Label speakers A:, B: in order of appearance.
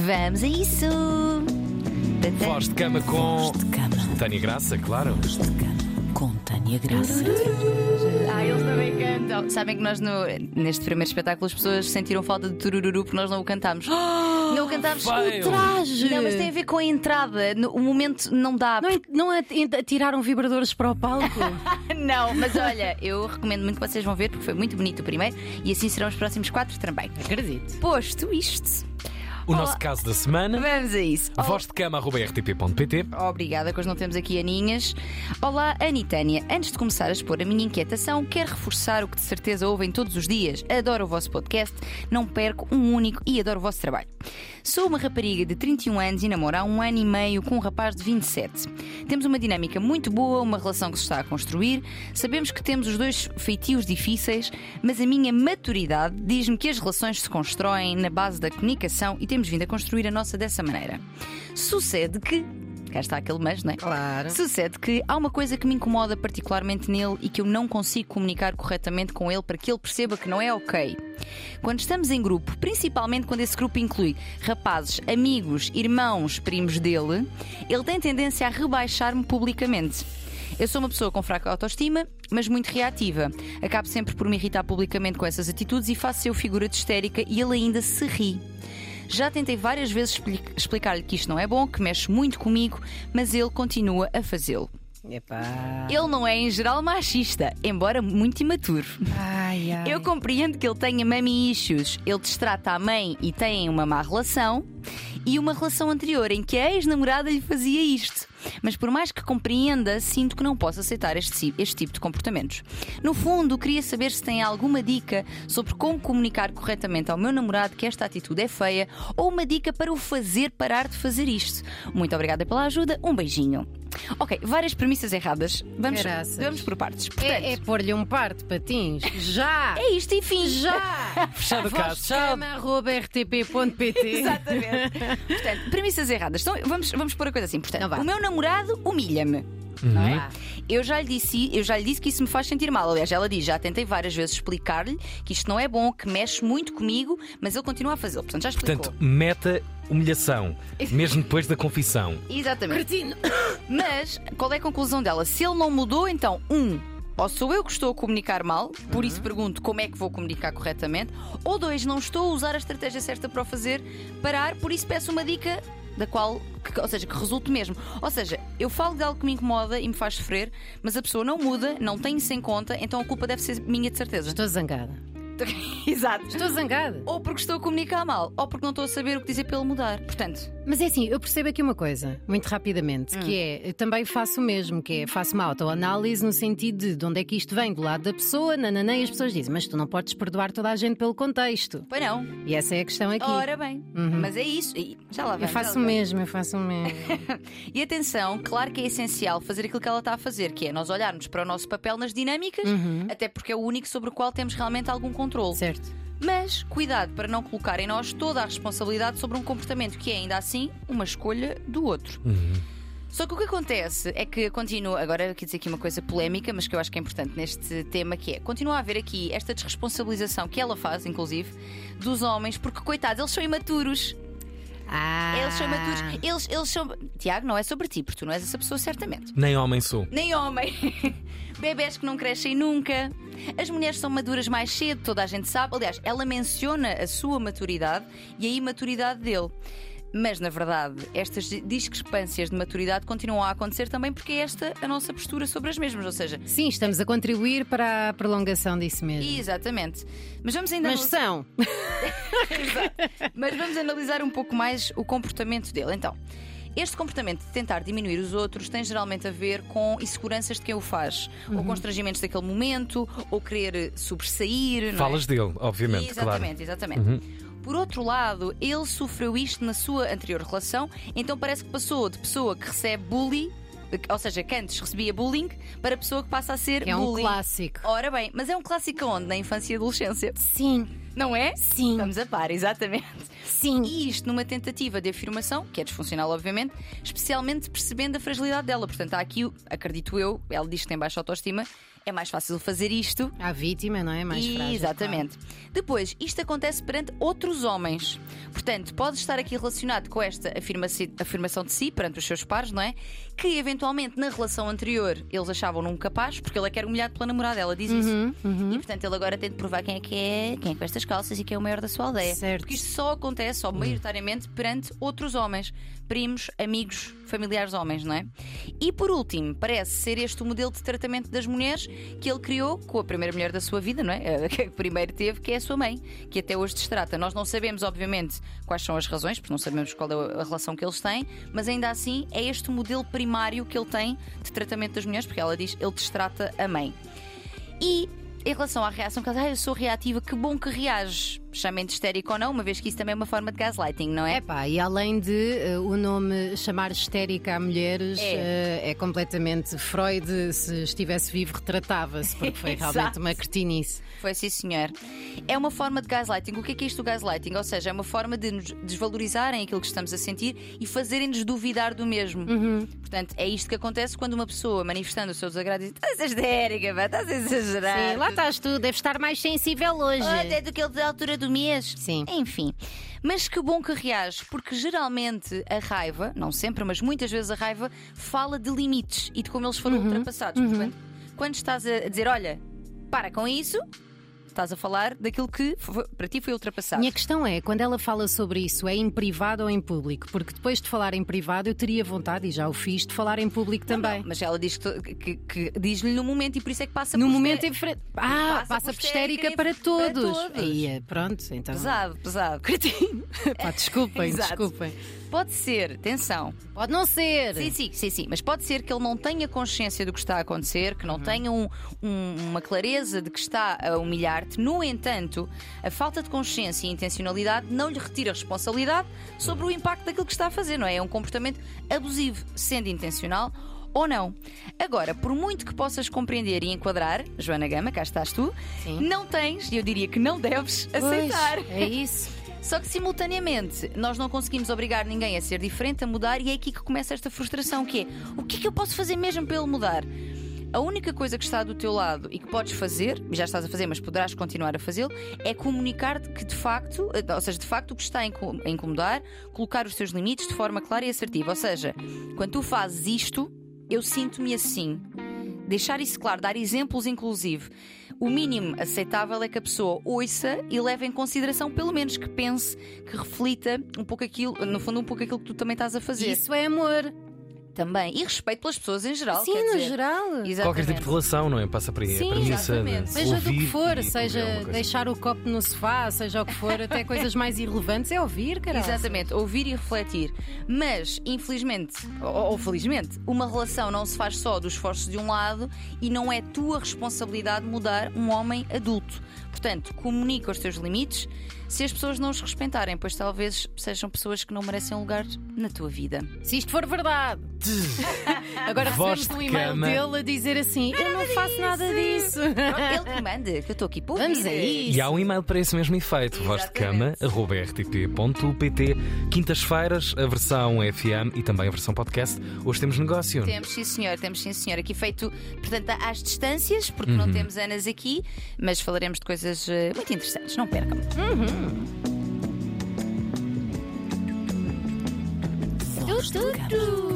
A: Vamos a isso!
B: Voz de cama com
C: De cama,
B: Tânia Graça, claro.
C: de cama, com Tânia Graça.
A: Ah, eles também cantam. Sabem que nós no- neste primeiro espetáculo as pessoas sentiram falta de turururu porque nós não o cantámos. não o cantámos.
B: Fail.
D: Traje!
A: Não, mas tem a ver com a entrada. No- O momento não dá.
D: Não, não é at- atiraram vibradores para o palco?
A: Não, mas olha, eu recomendo muito que vocês vão ver porque foi muito bonito o primeiro e assim serão os próximos quatro também.
D: Acredito.
A: Posto isto,
B: O nosso caso da semana.
A: vamos a isso.
B: Voz de cama, arroba rtp.pt.
A: Obrigada, que hoje não temos aqui aninhas. Olá, Ana e Tânia. Antes de começar a expor a minha inquietação, quero reforçar o que de certeza ouvem todos os dias. Adoro o vosso podcast, não perco um único e adoro o vosso trabalho. Sou uma rapariga de 31 anos e namoro há um ano e meio com um rapaz de 27. Temos uma dinâmica muito boa, uma relação que se está a construir. Sabemos que temos os dois feitios difíceis, mas a minha maturidade diz-me que as relações se constroem na base da comunicação e temos vindo a construir a nossa dessa maneira. Sucede que, Cá está aquele mas, não é?
D: Claro.
A: Sucede que há uma coisa que me incomoda particularmente nele e que eu não consigo comunicar corretamente com ele para que ele perceba que não é ok. Quando estamos em grupo, principalmente quando esse grupo inclui rapazes, amigos, irmãos, primos dele, ele tem tendência a rebaixar-me publicamente. Eu sou uma pessoa com fraca autoestima, mas muito reativa. Acabo sempre por me irritar publicamente com essas atitudes e faço eu figura de histérica e ele ainda se ri. Já tentei várias vezes expli- explicar-lhe que isto não é bom, que mexe muito comigo, mas ele continua a fazê-lo.
D: Epá.
A: Ele não é, em geral, machista, embora muito imaturo.
D: Ai, ai.
A: Eu compreendo que ele tenha mami issues. Ele destrata a mãe e tem uma má relação. E uma relação anterior em que a ex-namorada lhe fazia isto. Mas por mais que compreenda, sinto que não posso aceitar este, si- este tipo de comportamentos. No fundo, queria saber se tem alguma dica sobre como comunicar corretamente ao meu namorado que esta atitude é feia ou uma dica para o fazer parar de fazer isto. Muito obrigada pela ajuda, um beijinho. Ok, várias premissas erradas. Vamos,
D: Graças.
A: vamos por partes. Portanto,
D: É, é pôr-lhe um par de patins. Já!
A: é isto, enfim.
D: Já!
B: Fechado o caso. Tchau.
D: Vozcama.rtp.pt
A: Exatamente. Portanto, premissas erradas. Então, vamos, vamos pôr a coisa assim. Portanto,
D: Então vá.
A: o meu namorado humilha-me.
D: Não é?
B: Uhum.
D: vá.
A: Eu já, lhe disse, eu já lhe disse que isso me faz sentir mal. Aliás, ela diz: já tentei várias vezes explicar-lhe que isto não é bom, que mexe muito comigo, mas ele continua a fazê-lo. Portanto, já explicou.
B: Portanto, meta humilhação, mesmo depois da confissão.
A: Exatamente.
D: Cretino.
A: Mas qual é a conclusão dela? Se ele não mudou, então, um, ou sou eu que estou a comunicar mal, por isso pergunto como é que vou comunicar corretamente, ou dois, não estou a usar a estratégia certa para o fazer parar, por isso peço uma dica da qual, que- ou seja, que resulte mesmo. Ou seja, eu falo de algo que me incomoda e me faz sofrer, mas a pessoa não muda, não tem isso em conta, então a culpa deve ser minha de certeza.
D: Estou zangada.
A: Exato.
D: Estou zangada.
A: Ou porque estou a comunicar mal, ou porque não estou a saber o que dizer para ele mudar. Portanto,
D: Mas é assim, eu percebo aqui uma coisa, muito rapidamente, que é, eu também faço o mesmo, que é, faço uma autoanálise no sentido de, de onde é que isto vem, do lado da pessoa, nananã, e as pessoas dizem, mas tu não podes perdoar toda a gente pelo contexto.
A: pois não.
D: E essa é a questão aqui.
A: Ora bem.
D: Uhum.
A: Mas é isso. E já lá
D: eu
A: vamos, já lá
D: faço o
A: vamos.
D: mesmo, eu faço o mesmo.
A: E atenção, claro que é essencial fazer aquilo que ela está a fazer, que é nós olharmos para o nosso papel nas dinâmicas, até porque é o único sobre o qual temos realmente algum controle.
D: Uhum. certo.
A: Mas cuidado para não colocar em nós toda a responsabilidade sobre um comportamento que é ainda assim uma escolha do outro.
D: Uhum.
A: Só que o que acontece é que continua, agora eu quis dizer aqui uma coisa polémica, mas que eu acho que é importante neste tema, que é continua a haver aqui esta desresponsabilização que ela faz, inclusive, dos homens, porque coitados, eles são imaturos.
D: Ah.
A: Eles são imaturos. Eles, eles são. Tiago, não é sobre ti, porque tu não és essa pessoa, certamente.
B: Nem homem sou.
A: Nem homem. Bebés que não crescem nunca. As mulheres são maduras mais cedo, toda a gente sabe. Aliás, ela menciona a sua maturidade e a imaturidade dele. Mas, na verdade, estas discrepâncias de maturidade continuam a acontecer também porque é esta a nossa postura sobre as mesmas. Ou seja,
D: Sim, estamos a contribuir para a prolongação disso mesmo.
A: exatamente. Mas vamos ainda
D: Mas
A: analisar-
D: são.
A: Mas vamos analisar um pouco mais o comportamento dele. Então, este comportamento de tentar diminuir os outros tem geralmente a ver com inseguranças de quem o faz,
D: Uhum.
A: ou constrangimentos daquele momento, ou querer eh, sobressair. não é?
B: Falas dele, obviamente,
A: Exatamente, exatamente.
D: Uhum.
A: Por outro lado, ele sofreu isto na sua anterior relação, então parece que passou de pessoa que recebe bullying, eh, ou seja, que antes recebia bullying, para pessoa que passa a ser
D: Que é um
A: bullying.
D: clássico.
A: Ora bem, mas é um clássico onde? Na infância e adolescência.
D: Sim,
A: Não é?
D: Sim.
A: Estamos a par, exatamente.
D: sim.
A: E isto numa tentativa de afirmação, que é disfuncional, obviamente, especialmente percebendo a fragilidade dela. Portanto, há aqui, acredito eu, ela diz que tem baixa autoestima, é mais fácil fazer isto
D: À vítima, não é? Mais frágil.
A: Exatamente. Depois, isto acontece perante outros homens. Portanto, pode estar aqui relacionado com esta afirma- afirmação de si perante os seus pares, não é? Que eventualmente na relação anterior eles achavam-no um capaz, porque ele é que era humilhado pela namorada, ela diz isso. E portanto ele agora tem de provar quem é que é, quem é com estas calças e quem é o maior da sua aldeia.
D: Certo.
A: Porque isto só acontece, ou maioritariamente, perante outros homens, primos, amigos, familiares homens, não é? E por último, parece ser este o modelo de tratamento das mulheres que ele criou com a primeira mulher da sua vida, não é? A Que primeiro teve, que é a sua mãe, que até hoje destrata. Nós não sabemos, obviamente, quais são as razões, porque não sabemos qual é a relação que eles têm, mas ainda assim é este o modelo primário que ele tem de tratamento das mulheres, porque ela diz ele destrata a mãe. E em relação à reação, que ela diz, ah, eu sou reativa, que bom que reages. Chamem de histérico ou não, uma vez que isso também é uma forma de gaslighting, não é?
D: Epá, e além de eh, o nome chamar histérica a mulheres
A: É.
D: eh, é completamente Freud, se estivesse vivo, retratava-se, porque foi realmente
A: Exato.
D: uma cretinice.
A: Foi sim, senhor. É uma forma de gaslighting. O que é que é isto do gaslighting? Ou seja, é uma forma de nos desvalorizarem aquilo que estamos a sentir e fazerem-nos duvidar do mesmo. Portanto, é isto que acontece quando uma pessoa manifestando o seu desagrado diz: estás a histérica, pá, estás a exagerar.
D: Sim, lá estás tu, deves estar mais sensível hoje.
A: Ah, até do que ele da altura do mês.
D: Sim.
A: Enfim. Mas que bom que reage, porque geralmente a raiva, não sempre, mas muitas vezes a raiva, fala de limites e de como eles
D: Uhum.
A: foram ultrapassados. Portanto, quando estás a dizer, olha, para com isso, estás a falar daquilo que fo- para ti foi ultrapassado.
D: Minha questão é, quando ela fala sobre isso, é em privado ou em público? Porque depois de falar em privado, eu teria vontade, e já o fiz, de falar em público também.
A: Mas ela diz que, que- que diz-lhe no momento e por isso é que passa
D: No
A: por
D: momento
A: este-
D: em frente. Ah,
A: Passa
D: passa,
A: por
D: por histérica
A: histérica
D: para
A: e- para
D: todos.
A: todos.
D: Aí, é, pronto, então.
A: Pesado, pesado. Cretinho.
D: Pá, desculpem,
A: Exato.
D: desculpem.
A: Pode ser, atenção.
D: Pode não ser.
A: Sim, sim, sim, sim. Mas pode ser que ele não tenha consciência do que está a acontecer,
D: Uhum.
A: que não tenha um- um- uma clareza de que está a humilhar-te. No entanto, a falta de consciência e intencionalidade não lhe retira responsabilidade sobre o impacto daquilo que está a fazer, não é? É um comportamento abusivo, sendo intencional ou não. Agora, por muito que possas compreender e enquadrar, Joana Gama, cá estás tu,
D: Sim.
A: não tens, e eu diria que não deves,
D: Pois,
A: aceitar.
D: É isso.
A: Só que simultaneamente nós não conseguimos obrigar ninguém a ser diferente, a mudar, e é aqui que começa esta frustração: que é o que é que eu posso fazer mesmo para ele mudar? A única coisa que está do teu lado e que podes fazer, e já estás a fazer, mas poderás continuar a fazê-lo, é comunicar que de facto, eh, ou seja, de facto o que está a inco- a incomodar, colocar os teus limites de forma clara e assertiva. Ou seja, quando tu fazes isto, eu sinto-me assim. Deixar isso claro, dar exemplos, inclusive. O mínimo aceitável é que a pessoa ouça e leve em consideração, pelo menos que pense, que reflita um pouco aquilo, no fundo, um pouco aquilo que tu também estás a fazer.
D: Isso é amor.
A: Também. E respeito pelas pessoas em geral.
D: Sim,
A: quer
D: no
A: dizer.
D: geral.
B: Qualquer tipo
A: Exatamente.
B: de relação, não é? Passa para aí.
A: Sim,
B: a premissa
A: exatamente.
B: de
D: Seja do que
B: ouvir e
D: for,
B: cobrir alguma
D: seja
B: coisa.
D: deixar o copo no sofá, seja o que for, até coisas mais irrelevantes, é ouvir, cara.
A: Exatamente, ouvir e refletir. Mas, infelizmente, ou, ou felizmente, uma relação não se faz só dos esforços de um lado e não é tua responsabilidade mudar um homem adulto. Portanto, comunica os teus limites se as pessoas não os respeitarem, pois talvez sejam pessoas que não merecem um lugar na tua vida.
D: Se isto for verdade. Agora
B: Voz
D: recebemos um
B: de
D: e-mail
B: cama.
D: dele a dizer assim: eu não faço nada disso.
A: Ele que manda, que eu estou aqui por
D: Vamos a isso.
B: E há um e-mail para esse mesmo efeito, vozdecama.rtp.pt. Quintas-feiras, a versão FM e também a versão podcast. Hoje temos negócio.
A: Temos, sim, senhor, temos, sim, senhor. Aqui feito, portanto, às distâncias, porque não temos Anas aqui, mas falaremos de coisas eh, muito interessantes, não percam.
C: Voz de cama.